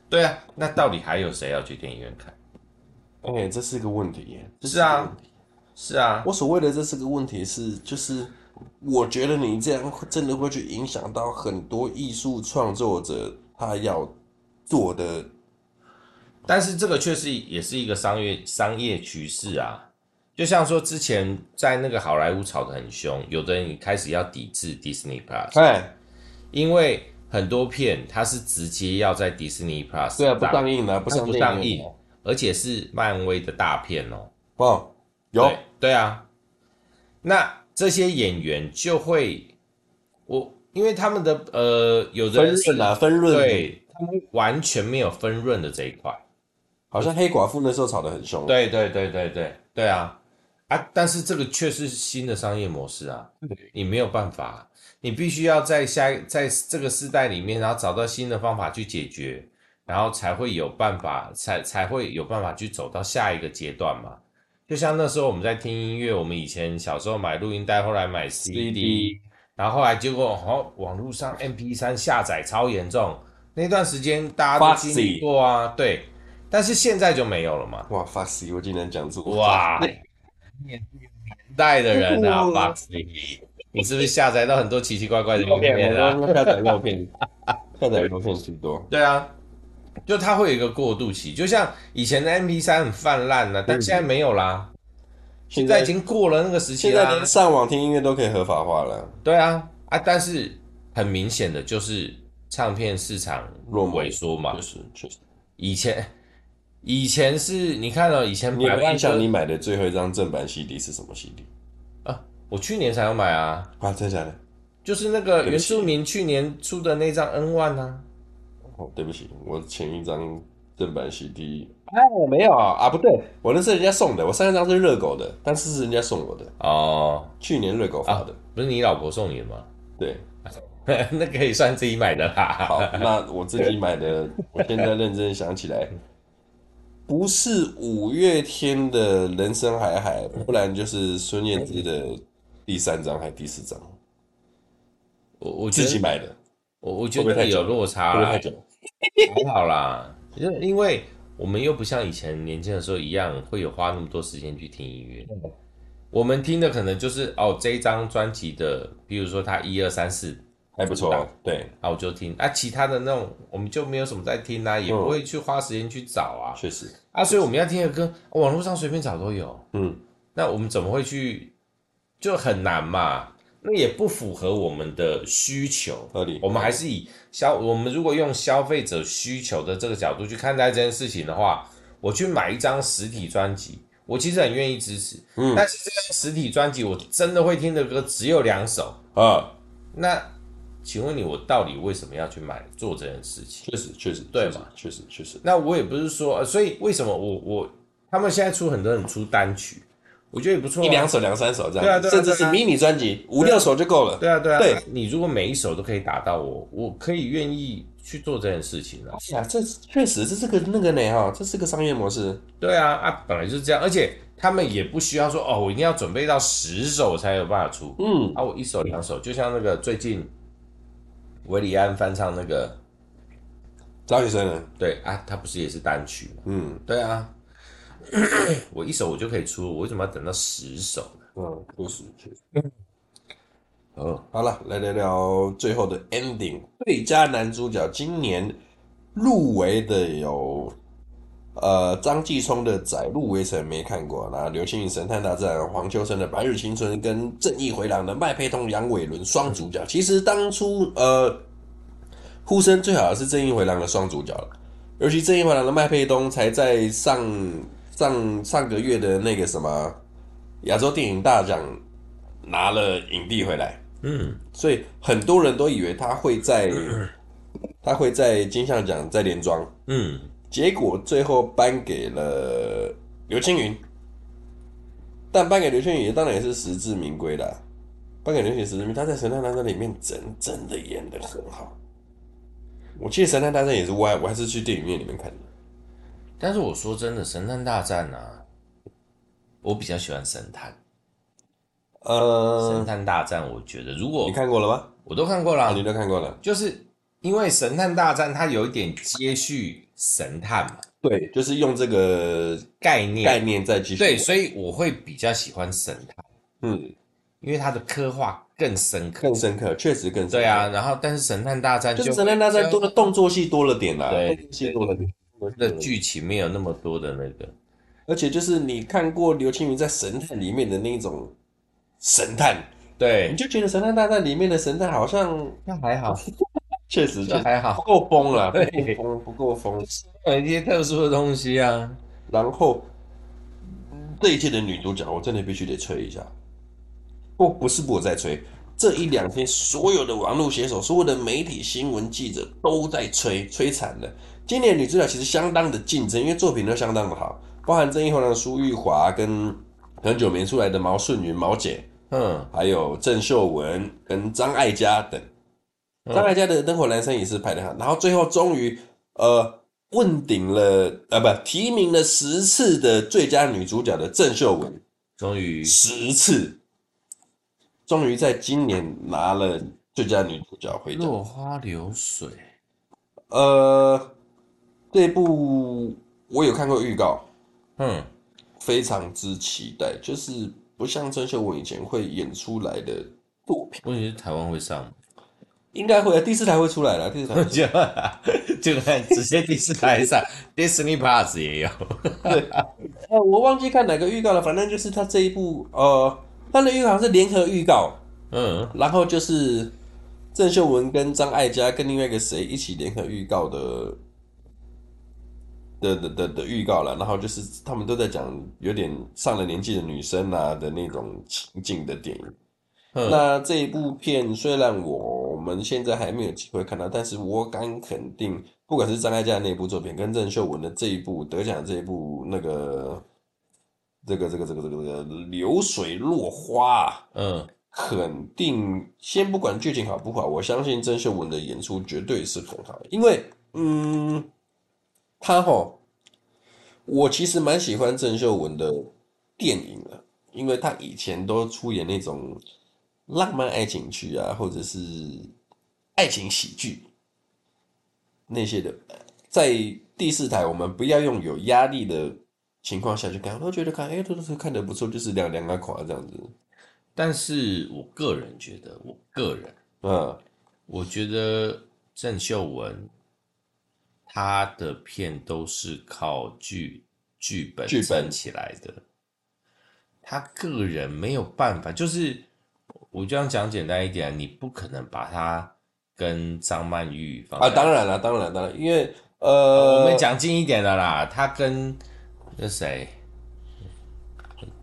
[SPEAKER 2] 对啊，那到底还有谁要去电影院看？
[SPEAKER 1] 哎、这是个问题耶。这
[SPEAKER 2] 是
[SPEAKER 1] 个
[SPEAKER 2] 啊
[SPEAKER 1] 问题
[SPEAKER 2] 是啊，
[SPEAKER 1] 我所谓的这是个问题是，就是我觉得你这样会真的会去影响到很多艺术创作者他要做的，
[SPEAKER 2] 但是这个确实也是一个商业商业趋势啊。就像说之前在那个好莱坞吵得很凶，有的人开始要抵制 Disney Plus，
[SPEAKER 1] 哎，
[SPEAKER 2] 因为很多片它是直接要在 Disney Plus
[SPEAKER 1] 对啊，不
[SPEAKER 2] 上
[SPEAKER 1] 上映了，不上
[SPEAKER 2] 不
[SPEAKER 1] 电
[SPEAKER 2] 上
[SPEAKER 1] 影啊
[SPEAKER 2] 映
[SPEAKER 1] 了，
[SPEAKER 2] 而且是漫威的大片哦。
[SPEAKER 1] 哦，有
[SPEAKER 2] 对对啊，那这些演员就会，我因为他们的呃，有的
[SPEAKER 1] 分
[SPEAKER 2] 人是
[SPEAKER 1] 润啊，分润，，
[SPEAKER 2] 对他们完全没有分润的这一块。
[SPEAKER 1] 好像黑寡妇那时候吵得很凶，，啊
[SPEAKER 2] 对对对对对对啊啊！但是这个却是新的商业模式啊，你没有办法啊、你必须要在下一在这个时代里面，然后找到新的方法去解决，然后才会有办法，才才会有办法去走到下一个阶段嘛。就像那时候我们在听音乐，我们以前小时候买录音带，后来买 CD，然后后来结果好、哦、网络上 MP 3下载超严重，那段时间大家都经历
[SPEAKER 1] Foxy
[SPEAKER 2] 过啊，对。但是现在就没有了嘛，
[SPEAKER 1] 哇，Foxy，我竟然讲出，
[SPEAKER 2] 哇，年代的人啊
[SPEAKER 1] 哦
[SPEAKER 2] ，Boxy，你是不是下载到很多奇奇怪怪的影
[SPEAKER 1] 肉片，
[SPEAKER 2] 片啊？
[SPEAKER 1] 我都下载肉片，下载肉片许多，
[SPEAKER 2] 对啊，就它会有一个过渡期，就像以前的 MP 3很泛滥啊了，但现在没有啦，
[SPEAKER 1] 嗯现
[SPEAKER 2] 现在已
[SPEAKER 1] 在
[SPEAKER 2] 经啊过了那个时期
[SPEAKER 1] 现在
[SPEAKER 2] 啦
[SPEAKER 1] 连。上网听音乐都可以合法化了，
[SPEAKER 2] 对啊，啊，但是很明显的就是唱片市场
[SPEAKER 1] 落寞
[SPEAKER 2] 萎缩嘛
[SPEAKER 1] 确，实确实，
[SPEAKER 2] 以前。以前是你看哦了、以前
[SPEAKER 1] 你有
[SPEAKER 2] 百
[SPEAKER 1] 没有
[SPEAKER 2] 万
[SPEAKER 1] 印象
[SPEAKER 2] 歌
[SPEAKER 1] 你买的最后一张正版 CD 是什么 CD？
[SPEAKER 2] 啊，我去年才有买啊，
[SPEAKER 1] 啊，真的假的？
[SPEAKER 2] 就是那个
[SPEAKER 1] 对
[SPEAKER 2] 原
[SPEAKER 1] 不起
[SPEAKER 2] 住民去年出的那张 N One 啊，
[SPEAKER 1] 哦，对不起，我前一张正版 CD，哎，没有啊，啊不对，我那是人家送的，我上一张是热狗的，但是是人家送我的，
[SPEAKER 2] 哦，
[SPEAKER 1] 去年热狗发的，
[SPEAKER 2] 不是你老婆送你的吗？
[SPEAKER 1] 对，
[SPEAKER 2] 那可以算自己买的 啦。
[SPEAKER 1] 好，那我自己买的，我现在认真想起 来，不是五月天的《人生海海》，不然就是孙燕姿的第三张还是第四张，
[SPEAKER 2] 我我觉
[SPEAKER 1] 自己
[SPEAKER 2] 得
[SPEAKER 1] 买的，
[SPEAKER 2] 我我觉
[SPEAKER 1] 会不会
[SPEAKER 2] 得
[SPEAKER 1] 太久
[SPEAKER 2] 有落差
[SPEAKER 1] 不会太
[SPEAKER 2] 啦，
[SPEAKER 1] 久。
[SPEAKER 2] 还好啦，因为因为我们又不像以前年轻的时候一样会有花那么多时间去听音乐。
[SPEAKER 1] 嗯
[SPEAKER 2] 我们听的可能就是哦这一张专辑的，比如说它一二三四，
[SPEAKER 1] 还不错，对，
[SPEAKER 2] 啊我就听啊，其他的那种我们就没有什么在听啦、
[SPEAKER 1] 嗯
[SPEAKER 2] 也不会去花时间去找啊
[SPEAKER 1] 确实，
[SPEAKER 2] 啊，所以我们要听的歌，网络上随便找都有。
[SPEAKER 1] 嗯，
[SPEAKER 2] 那我们怎么会去？就很难嘛，那也不符合我们的需求。
[SPEAKER 1] 合理
[SPEAKER 2] 我们还是以消，我们如果用消费者需求的这个角度去看待这件事情的话，我去买一张实体专辑，我其实很愿意支持。嗯，但是这张实体专辑我真的会听的歌只有两首，
[SPEAKER 1] 啊，
[SPEAKER 2] 那请问你，我到底为什么要去买做这件事情？
[SPEAKER 1] 确实，确实，
[SPEAKER 2] 对
[SPEAKER 1] 确实
[SPEAKER 2] 嘛？
[SPEAKER 1] 确实，确实，
[SPEAKER 2] 那我也不是说，呃、所以为什么我我他们现在出很多人出单曲，我觉得也不错、啊，
[SPEAKER 1] 一两首、两三首这样，
[SPEAKER 2] 对啊对啊
[SPEAKER 1] 甚至
[SPEAKER 2] 对
[SPEAKER 1] 是
[SPEAKER 2] 啊
[SPEAKER 1] 迷你专辑，五六首就够了。
[SPEAKER 2] 对啊，对啊，
[SPEAKER 1] 对
[SPEAKER 2] 啊你如果每一首都可以打到我，我可以愿意去做这件事情啊。
[SPEAKER 1] 哎呀，这确实这是个那个呢哈，这是个商业模式。
[SPEAKER 2] 对啊，啊，本来就是这样，而且他们也不需要说哦，我一定要准备到十首才有办法出，
[SPEAKER 1] 嗯，
[SPEAKER 2] 啊，我一首两首，就像那个最近维里安翻唱那个，
[SPEAKER 1] 张雨生呢？
[SPEAKER 2] 对啊，他不是也是单曲吗？
[SPEAKER 1] 嗯
[SPEAKER 2] 对啊， 我一首我就可以出，我为什么要等到十首呢？
[SPEAKER 1] 嗯，确实确实。
[SPEAKER 2] 哦，
[SPEAKER 1] 好了，来聊聊最后的 ending，最佳男主角今年入围的有。呃，张继聪的《窄路围城》没看过，然后刘青云《神探大战》、黄秋生的《白日青春》跟《正义回廊》的麦佩通、杨伟伦双主角。其实当初呃，呼声最好的是《正义回廊》的双主角了，尤其《正义回廊》的麦佩东才在上上上个月的那个什么亚洲电影大奖拿了影帝回来，
[SPEAKER 2] 嗯，
[SPEAKER 1] 所以很多人都以为他会在他会在金像奖再连庄，
[SPEAKER 2] 嗯，
[SPEAKER 1] 结果最后颁给了刘青云，但颁给刘青云当然也是实至名归的，颁给刘青云实至名归，他在《神探大战》里面真真的演的很好。我记得《神探大战》也是我还我还是去电影院里面看的，
[SPEAKER 2] 但是我说真的，《神探大战》啊，我比较喜欢神探，神
[SPEAKER 1] 呃，
[SPEAKER 2] 探大战》我觉得如果
[SPEAKER 1] 你看过了吗？
[SPEAKER 2] 我都看过
[SPEAKER 1] 啊，
[SPEAKER 2] 啦，
[SPEAKER 1] 你都看过了。
[SPEAKER 2] 就是因为《神探大战》它有一点接续神探嘛
[SPEAKER 1] 对，就是用这个
[SPEAKER 2] 概念，
[SPEAKER 1] 概念再继续。
[SPEAKER 2] 对，，所以我会比较喜欢神探，
[SPEAKER 1] 嗯，
[SPEAKER 2] 因为它的刻画更深刻。
[SPEAKER 1] 更深刻，确实更深刻。
[SPEAKER 2] 对啊，，然后但是《神探大战》
[SPEAKER 1] 就是
[SPEAKER 2] 就
[SPEAKER 1] 《神探大战》多了动作戏多了点啦、
[SPEAKER 2] 对
[SPEAKER 1] 动作戏多了点。
[SPEAKER 2] 的剧情没有那么多的那个，
[SPEAKER 1] 而且就是你看过刘青云在《神探》里面的那种神探，你
[SPEAKER 2] 对，
[SPEAKER 1] 就觉得《神探大战》里面的神探好像
[SPEAKER 2] 那还好，
[SPEAKER 1] 确实
[SPEAKER 2] 这
[SPEAKER 1] 就
[SPEAKER 2] 还
[SPEAKER 1] 不
[SPEAKER 2] 好，
[SPEAKER 1] 够疯了，不
[SPEAKER 2] 对
[SPEAKER 1] 够疯，不够疯。
[SPEAKER 2] 有一些特殊的东西啊。
[SPEAKER 1] 然后嗯这一届的女主角，我真的必须得吹一下，不不是我在吹，这一两天所有的网络写手、所有的媒体新闻记者都在吹，吹惨了。今年女主角其实相当的竞争，因为作品都相当的好，包含争议后的苏玉华跟很久没出来的毛舜筠毛姐，
[SPEAKER 2] 嗯，
[SPEAKER 1] 还有郑秀文跟张艾嘉等。
[SPEAKER 2] 嗯
[SPEAKER 1] 张艾嘉的《灯火阑珊》也是拍的好，然后最后终于呃问鼎了呃不提名了十次的最佳女主角的郑秀文，
[SPEAKER 2] 终于
[SPEAKER 1] 十次，终于在今年拿了最佳女主角回奖。
[SPEAKER 2] 落花流水，
[SPEAKER 1] 呃，这部我有看过预告，
[SPEAKER 2] 嗯，
[SPEAKER 1] 非常之期待，就是不像郑秀文以前会演出来的作品。
[SPEAKER 2] 问题是台湾会上吗？
[SPEAKER 1] 应该会，第四台会出来了，第四台会出
[SPEAKER 2] 就就看直接第四台上 ，Disney Plus 也有，
[SPEAKER 1] 来。呃，我忘记看哪个预告了，反正就是他这一部，呃，他的预告好像是联合预告，
[SPEAKER 2] 嗯，
[SPEAKER 1] 然后就是郑秀文跟张艾嘉跟另外一个谁一起联合预告的的的的的预告了，然后就是他们都在讲有点上了年纪的女生啊的那种情境的电影。
[SPEAKER 2] 嗯
[SPEAKER 1] 那这一部片虽然我们现在还没有机会看到，但是我敢肯定，不管是张艾嘉的那部作品跟郑秀文的这一部得奖的这一部那个这个这个这个这个这个流水落花、啊。
[SPEAKER 2] 嗯，
[SPEAKER 1] 肯定，先不管剧情好不好，我相信郑秀文的演出绝对是很好的，因为嗯，他吼，我其实蛮喜欢郑秀文的电影的，因为他以前都出演那种浪漫爱情剧啊，或者是爱情喜剧那些的，在第四台我们不要用有压力的情况下去看，我都觉得看，哎、都是看的不错，就是两两个垮这样子，
[SPEAKER 2] 但是我个人觉得，我个人
[SPEAKER 1] 嗯。
[SPEAKER 2] 我觉得郑秀文她的片都是靠剧剧本
[SPEAKER 1] 剧本
[SPEAKER 2] 撑起来的，她个人没有办法，就是我这样讲简单一点，啊你不可能把她跟张曼玉放在
[SPEAKER 1] 啊，当然了，当然，当然，因为
[SPEAKER 2] 我
[SPEAKER 1] 呃，
[SPEAKER 2] 们讲近一点的啦，他跟那谁，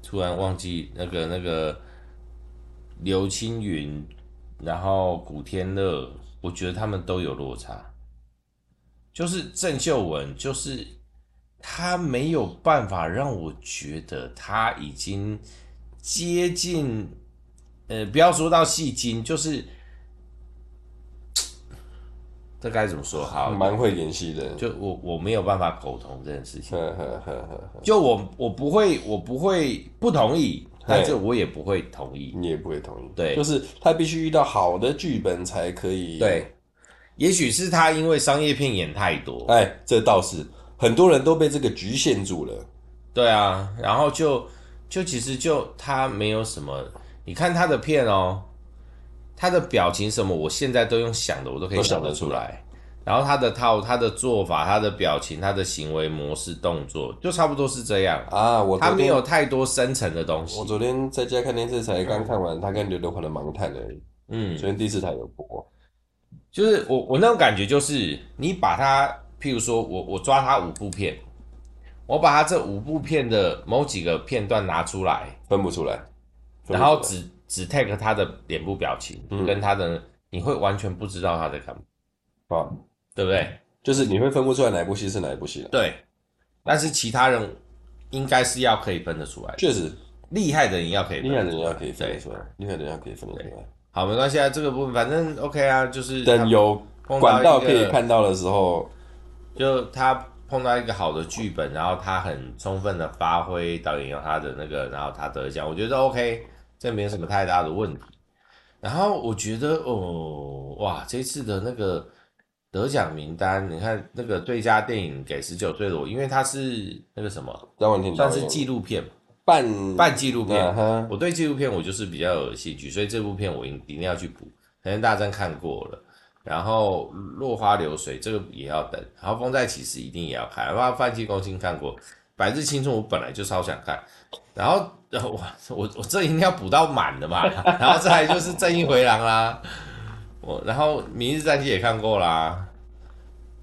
[SPEAKER 2] 突然忘记那个那个刘青云，然后古天乐，我觉得他们都有落差。就是郑秀文，就是他没有办法让我觉得他已经接近，呃，不要说到戏精，就是这该怎么说好？
[SPEAKER 1] 蛮会演戏的，
[SPEAKER 2] 就我我没有办法沟通这件事情，
[SPEAKER 1] 呵呵呵呵呵，
[SPEAKER 2] 就我我不会我不会不同意，但是
[SPEAKER 1] 嘿
[SPEAKER 2] 我也不会同意。
[SPEAKER 1] 你也不会同意，
[SPEAKER 2] 对
[SPEAKER 1] 就是他必须遇到好的剧本才可以，
[SPEAKER 2] 对，，也许是他因为商业片演太多，
[SPEAKER 1] 哎，这倒是很多人都被这个局限住了，
[SPEAKER 2] 对啊，然后就就其实就他没有什么，你看他的片哦，他的表情什么，我现在都用想的，我都可以
[SPEAKER 1] 都想
[SPEAKER 2] 想
[SPEAKER 1] 得
[SPEAKER 2] 得出
[SPEAKER 1] 出
[SPEAKER 2] 来。然后他的套、他的做法、他的表情、他的行为模式、动作，就差不多是这样。
[SPEAKER 1] 啊，我
[SPEAKER 2] 他
[SPEAKER 1] 昨
[SPEAKER 2] 没
[SPEAKER 1] 天
[SPEAKER 2] 有太多深层的东西
[SPEAKER 1] 我。昨天在家看电视才刚看完他跟刘德华的《盲探》而已，
[SPEAKER 2] 嗯，
[SPEAKER 1] 昨天第四台有播，
[SPEAKER 2] 就是我我那种感觉就是，你把它，譬如说我我抓它五部片，我把他这五部片的某几个片段拿出来，
[SPEAKER 1] 分不出来，分不出来
[SPEAKER 2] 然后只只 take 他的脸部表情、
[SPEAKER 1] 嗯
[SPEAKER 2] 跟他的，你会完全不知道他在干嘛，
[SPEAKER 1] 哦，
[SPEAKER 2] 对不对？
[SPEAKER 1] 就是你会分不出来哪一部戏是哪一部戏了。
[SPEAKER 2] 对，但是其他人应该是要可以分得出来，
[SPEAKER 1] 确实，
[SPEAKER 2] 厉害的人要可以分
[SPEAKER 1] 厉
[SPEAKER 2] 得
[SPEAKER 1] 害
[SPEAKER 2] 出来，
[SPEAKER 1] 的人要可以分得
[SPEAKER 2] 对
[SPEAKER 1] 出来，厉害的人要可以分得出来。
[SPEAKER 2] 好，没关系啊，这个部分反正 OK 啊，就是他
[SPEAKER 1] 等有
[SPEAKER 2] 碰
[SPEAKER 1] 管道
[SPEAKER 2] 一
[SPEAKER 1] 可以
[SPEAKER 2] 个
[SPEAKER 1] 看到的时候，
[SPEAKER 2] 就他碰到一个好的剧本，然后他很充分的发挥，导演有他的那个，然后他得奖，我觉得 OK，这没有什么太大的问题。然后我觉得哦，哇，这次的那个得奖名单，你看那个最佳电影给十九岁的我，因为它是那个什么，
[SPEAKER 1] 张文婷
[SPEAKER 2] 算是纪录片嘛，
[SPEAKER 1] 半
[SPEAKER 2] 半纪录片。
[SPEAKER 1] 嗯哼
[SPEAKER 2] 我对纪录片我就是比较有兴趣，所以这部片我一一定要去补。可能大战看过了，然后落花流水这个也要等，然后风再起时一定也要看，然后放弃攻心看过，百日青春我本来就超想看，然后然后我我我这一定要补到满的嘛，然后再来就是正义回廊啦，我然后明日战记也看过啦，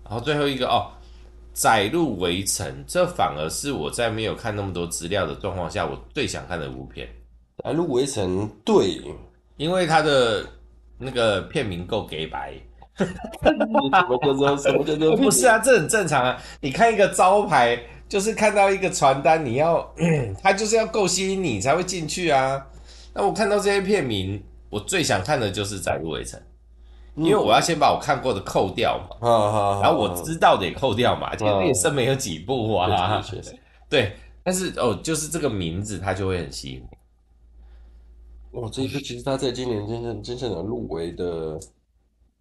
[SPEAKER 2] 然后最后一个哦。载入围城，这反而是我在没有看那么多资料的状况下，我最想看的一部片。
[SPEAKER 1] 来入围城，对，
[SPEAKER 2] 因为他的那个片名够给白，
[SPEAKER 1] 什么叫做什么叫做
[SPEAKER 2] 不是啊，这很正常啊。你看一个招牌，就是看到一个传单，你要 它就是要够吸引你才会进去啊。那我看到这些片名，我最想看的就是《载入围城》，因为我要先把我看过的扣掉嘛，
[SPEAKER 1] 啊啊，
[SPEAKER 2] 然后我知道的也扣掉嘛，其实也剩没有几部啊
[SPEAKER 1] 啊，。确实确实
[SPEAKER 2] 对，但是哦，就是这个名字它就会很吸引我。
[SPEAKER 1] 哇，这一部其实他在今年真正真正的入围的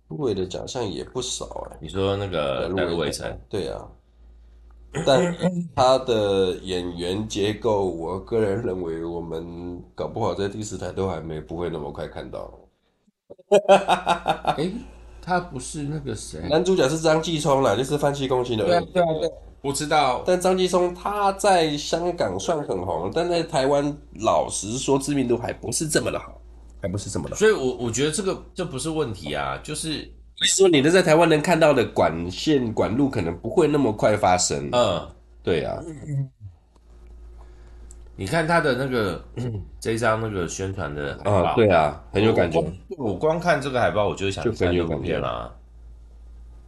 [SPEAKER 1] 入围的奖项也不少哎，
[SPEAKER 2] 你说那个《载入围城》，
[SPEAKER 1] 对啊，但他的演员结构，我个人认为我们搞不好在第四台都还没不会那么快看到。
[SPEAKER 2] 哎，他不是那个谁？啊
[SPEAKER 1] 男主角是张继聪啦，就是范七公卿的儿子。
[SPEAKER 2] 我知道，
[SPEAKER 1] 但张继聪他在香港算很红，但在台湾老实说知名度还不是这么的好，还不是这么的好。
[SPEAKER 2] 所以我，我觉得这个这不是问题啊，就是
[SPEAKER 1] 所以说你的在台湾能看到的管线管路可能不会那么快发生。
[SPEAKER 2] 呃，
[SPEAKER 1] 对啊，
[SPEAKER 2] 你看他的那个这一张那个宣传的海报，
[SPEAKER 1] 嗯啊、对啊，很有感觉
[SPEAKER 2] 我。光。我光看这个海报，我就想去
[SPEAKER 1] 就很
[SPEAKER 2] 看这
[SPEAKER 1] 有
[SPEAKER 2] 部
[SPEAKER 1] 感觉
[SPEAKER 2] 片啦、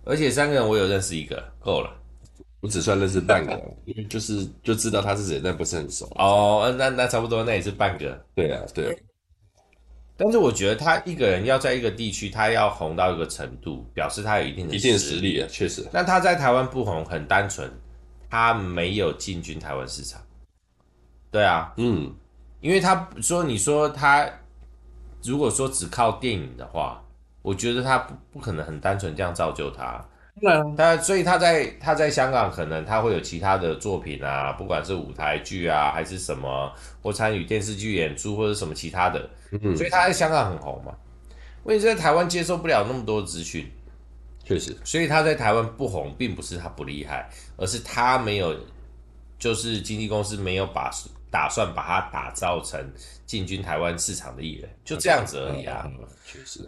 [SPEAKER 2] 而且三个人，我有认识一个，够了。
[SPEAKER 1] 我只算认识半个，因为就是就知道他是谁，但不是很熟。
[SPEAKER 2] 哦，那那差不多，那也是半个。
[SPEAKER 1] 对啊，对啊，
[SPEAKER 2] 但是我觉得他一个人要在一个地区，他要红到一个程度，表示他有一定的
[SPEAKER 1] 一定的
[SPEAKER 2] 实
[SPEAKER 1] 实力啊，确实。
[SPEAKER 2] 那他在台湾不红，很单纯，他没有进军台湾市场。对啊，
[SPEAKER 1] 嗯，
[SPEAKER 2] 因为他说你说他如果说只靠电影的话，我觉得他不不可能很单纯这样造就他。
[SPEAKER 1] 当然啊
[SPEAKER 2] 但所以他在他在香港可能他会有其他的作品啊，不管是舞台剧啊还是什么，或参与电视剧演出或者什么其他的，所以他在香港很红嘛。问题是在台湾接受不了那么多资讯，
[SPEAKER 1] 确实，
[SPEAKER 2] 所以他在台湾不红，并不是他不厉害，而是他没有，就是经纪公司没有把打算把他打造成进军台湾市场的艺人，就这样子而已啊。
[SPEAKER 1] 嗯确实。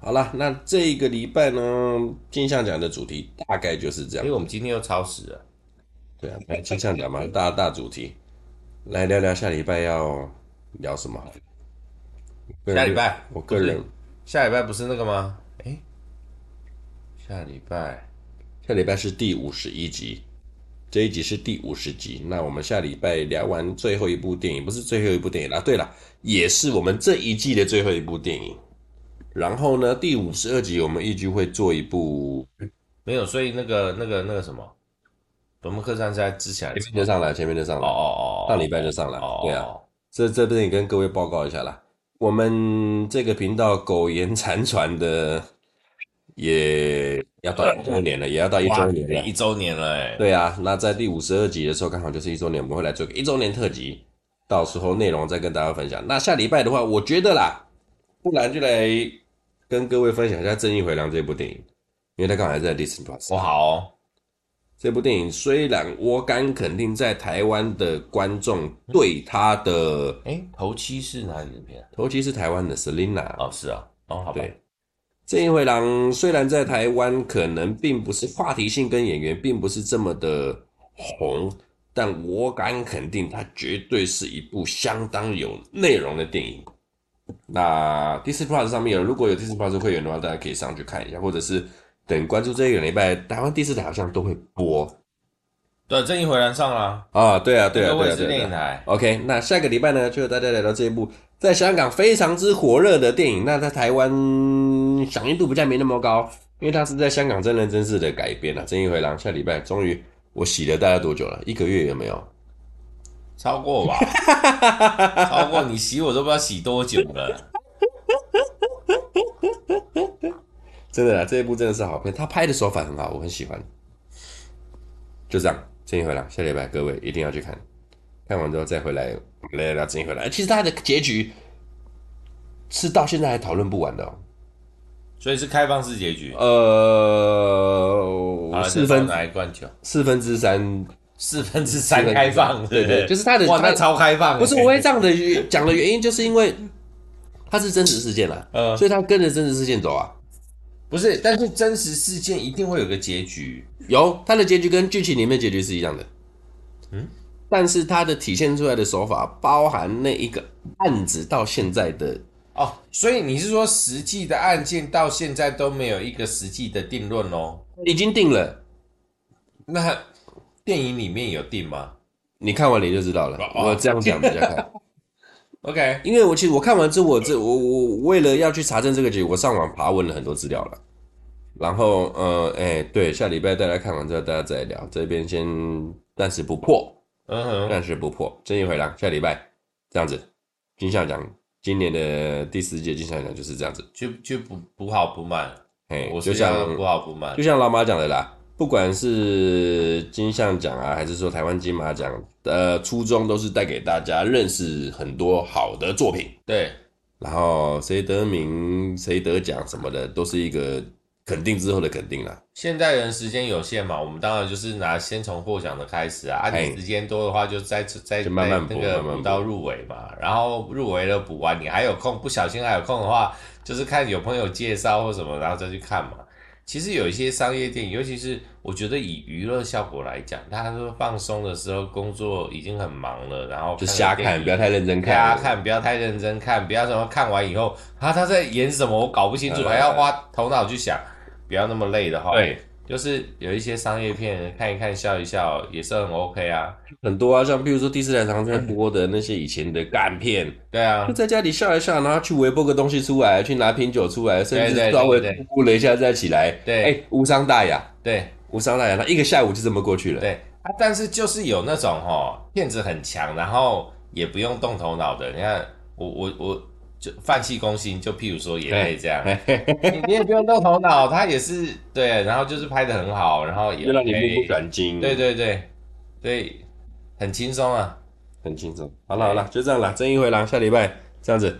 [SPEAKER 1] 好了，那这个礼拜呢，金像奖的主题大概就是这样
[SPEAKER 2] 因哎为。我们今天又超时了，
[SPEAKER 1] 对啊，来金像奖嘛，大大主题，来聊聊下礼拜要聊什么好了。个人
[SPEAKER 2] 下礼拜
[SPEAKER 1] 我个人
[SPEAKER 2] 下礼拜不是那个吗？哎，下礼拜
[SPEAKER 1] 下礼拜是第五十一集，这一集是第五十集。那我们下礼拜聊完最后一部电影，不是最后一部电影啦，对了，也是我们这一季的最后一部电影。然后呢，第五十二集我们预计会做一部，
[SPEAKER 2] 没有，所以那个那个那个什么，本木克山是在之前还
[SPEAKER 1] 前
[SPEAKER 2] 是
[SPEAKER 1] 面就上来，前面就上
[SPEAKER 2] 哦
[SPEAKER 1] 来，
[SPEAKER 2] 哦哦，
[SPEAKER 1] 上礼拜就哎上来，
[SPEAKER 2] 哦，
[SPEAKER 1] 对啊。这这边也跟各位报告一下啦，我们这个频道苟延残喘的也要到一周年了，也要到一周年
[SPEAKER 2] 哇
[SPEAKER 1] 了
[SPEAKER 2] 一。周年了哎，
[SPEAKER 1] 对啊，那在第五十二集的时候，刚好就是一周年，我们会来做个一周年特辑，到时候内容再跟大家分享。那下礼拜的话，我觉得啦，不然就来跟各位分享一下《正义回廊》这部电影，因为它刚好还在 Listen Plus。
[SPEAKER 2] 我好哦，
[SPEAKER 1] 这部电影虽然我敢肯定，在台湾的观众对它的，
[SPEAKER 2] 哎，头七是哪里的片啊？
[SPEAKER 1] 尤其是台湾的 Selina
[SPEAKER 2] 哦，是啊，哦，好吧，
[SPEAKER 1] 对，正义回廊虽然在台湾可能并不是话题性跟演员并不是这么的红，但我敢肯定，它绝对是一部相当有内容的电影。那 Disney Plus 上面有，如果有 Disney Plus 会员的话，大家可以上去看一下，或者是等关注这一个礼拜，台湾第四台好像都会播
[SPEAKER 2] 对，正义回廊上了，
[SPEAKER 1] 啊。对啊，对啊，
[SPEAKER 2] 那个
[SPEAKER 1] 对
[SPEAKER 2] 卫
[SPEAKER 1] 啊，对
[SPEAKER 2] 视电
[SPEAKER 1] 啊
[SPEAKER 2] 影。台，
[SPEAKER 1] OK，那下个礼拜呢，就和大家聊聊这一部在香港非常之火热的电影。那在台湾响应度比较没那么高，因为它是在香港真人真事的改编啊。正义回廊下礼拜终于我洗了大概多久了？一个月有没有？
[SPEAKER 2] 超 过吧，超过你洗我都不知道洗多久了。
[SPEAKER 1] 真的啦，这一部真的是好片，他拍的手法很好，我很喜欢。就这样，正义回廊下礼拜各位一定要去看，看完之后再回来我们来聊聊正义回廊。其实它的结局是到现在还讨论不完的、哦。
[SPEAKER 2] 所以是开放式结局。好
[SPEAKER 1] 呃，
[SPEAKER 2] 了，
[SPEAKER 1] 哦四分
[SPEAKER 2] 哪一罐酒？
[SPEAKER 1] 四分之三，
[SPEAKER 2] 四分之
[SPEAKER 1] 四分
[SPEAKER 2] 三
[SPEAKER 1] 之
[SPEAKER 2] 开放，
[SPEAKER 1] 对对，就是他的
[SPEAKER 2] 哇，那
[SPEAKER 1] 他
[SPEAKER 2] 超开放欸。
[SPEAKER 1] 不是我会这样的讲的原因，就是因为它是真实事件啦，
[SPEAKER 2] 呃
[SPEAKER 1] 所以他跟着真实事件走啊。
[SPEAKER 2] 不是，但是真实事件一定会有个结局。
[SPEAKER 1] 有它的结局跟剧情里面结局是一样的，
[SPEAKER 2] 嗯，
[SPEAKER 1] 但是它的体现出来的手法，包含那一个案子到现在的，
[SPEAKER 2] 哦，所以你是说实际的案件到现在都没有一个实际的定论哦？
[SPEAKER 1] 已经定了，
[SPEAKER 2] 那电影里面有定吗
[SPEAKER 1] 你看完你就知道了。
[SPEAKER 2] 哦
[SPEAKER 1] 我这样讲比较快。
[SPEAKER 2] ？OK，
[SPEAKER 1] 因为我其实我看完之后，我这我我我为了要去查证这个结果，我上网爬文了很多资料了。然后呃，哎，对，下礼拜大家看完之后，大家再聊。这边先暂时不破，
[SPEAKER 2] 嗯哼，
[SPEAKER 1] 暂时不破，正义回廊下礼拜这样子。金像奖今年的第四届金像奖就是这样子，
[SPEAKER 2] 就就不不好不满，
[SPEAKER 1] 哎，
[SPEAKER 2] 我
[SPEAKER 1] 就是像
[SPEAKER 2] 要不好不满
[SPEAKER 1] 就。像老马讲的啦，不管是金像奖啊，还是说台湾金马奖，呃，初衷都是带给大家认识很多好的作品。
[SPEAKER 2] 对，
[SPEAKER 1] 然后谁得名、谁得奖什么的，都是一个肯定之后的肯定啦。
[SPEAKER 2] 现代人时间有限嘛，我们当然就是拿先从获奖的开始啊，啊，
[SPEAKER 1] 哎
[SPEAKER 2] 你时间多的话就再再
[SPEAKER 1] 就慢慢补
[SPEAKER 2] 再那个
[SPEAKER 1] 慢慢补
[SPEAKER 2] 补到入围嘛，然后入围了补完，你还有空，不小心还有空的话，就是看有朋友介绍或什么，然后再去看嘛。其实有一些商业电影，尤其是我觉得以娱乐效果来讲，大家都放松的时候，工作已经很忙了，然后
[SPEAKER 1] 就瞎
[SPEAKER 2] 个电
[SPEAKER 1] 看，
[SPEAKER 2] 影
[SPEAKER 1] 不要太认真看。
[SPEAKER 2] 大家看，不要太认真看，不要什么看完以后，啊，他在演什么，我搞不清楚，
[SPEAKER 1] 呃
[SPEAKER 2] 还要花头脑去想，不要那么累的话。
[SPEAKER 1] 对，
[SPEAKER 2] 就是有一些商业片看一看笑一笑也是很 OK 啊。
[SPEAKER 1] 很多啊，像比如说第四台常常播的那些以前的干片，
[SPEAKER 2] 对啊
[SPEAKER 1] 就，在家里笑一笑，然后去微波个东西出来，去拿瓶酒出来，甚至稍微
[SPEAKER 2] 对对对
[SPEAKER 1] 咕了一下再起来，
[SPEAKER 2] 对
[SPEAKER 1] 哎，无伤大雅，
[SPEAKER 2] 对
[SPEAKER 1] 无伤大雅。那一个下午就这么过去了。
[SPEAKER 2] 对啊，但是就是有那种哦，片子很强，然后也不用动头脑的。你看，我我我就泛气攻心，就譬如说也可以 这样，你你也不用动头脑，他也是对，然后就是拍的很好，然后也
[SPEAKER 1] 就让你
[SPEAKER 2] OK
[SPEAKER 1] 目不转睛，
[SPEAKER 2] 对，对对对，很轻松啊。
[SPEAKER 1] 很轻松。好了好了，就这样了，正义回廊下礼拜这样子，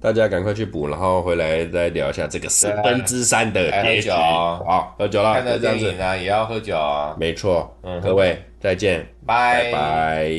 [SPEAKER 1] 大家赶快去补，然后回来再聊一下这个四分之三的
[SPEAKER 2] 来啊喝
[SPEAKER 1] 结局。
[SPEAKER 2] 酒哦
[SPEAKER 1] 好，喝酒了，
[SPEAKER 2] 看
[SPEAKER 1] 就
[SPEAKER 2] 到
[SPEAKER 1] 这样
[SPEAKER 2] 电
[SPEAKER 1] 子
[SPEAKER 2] 啊影，啊，也要喝酒啊。
[SPEAKER 1] 没错。
[SPEAKER 2] 嗯
[SPEAKER 1] 各位再见，拜拜。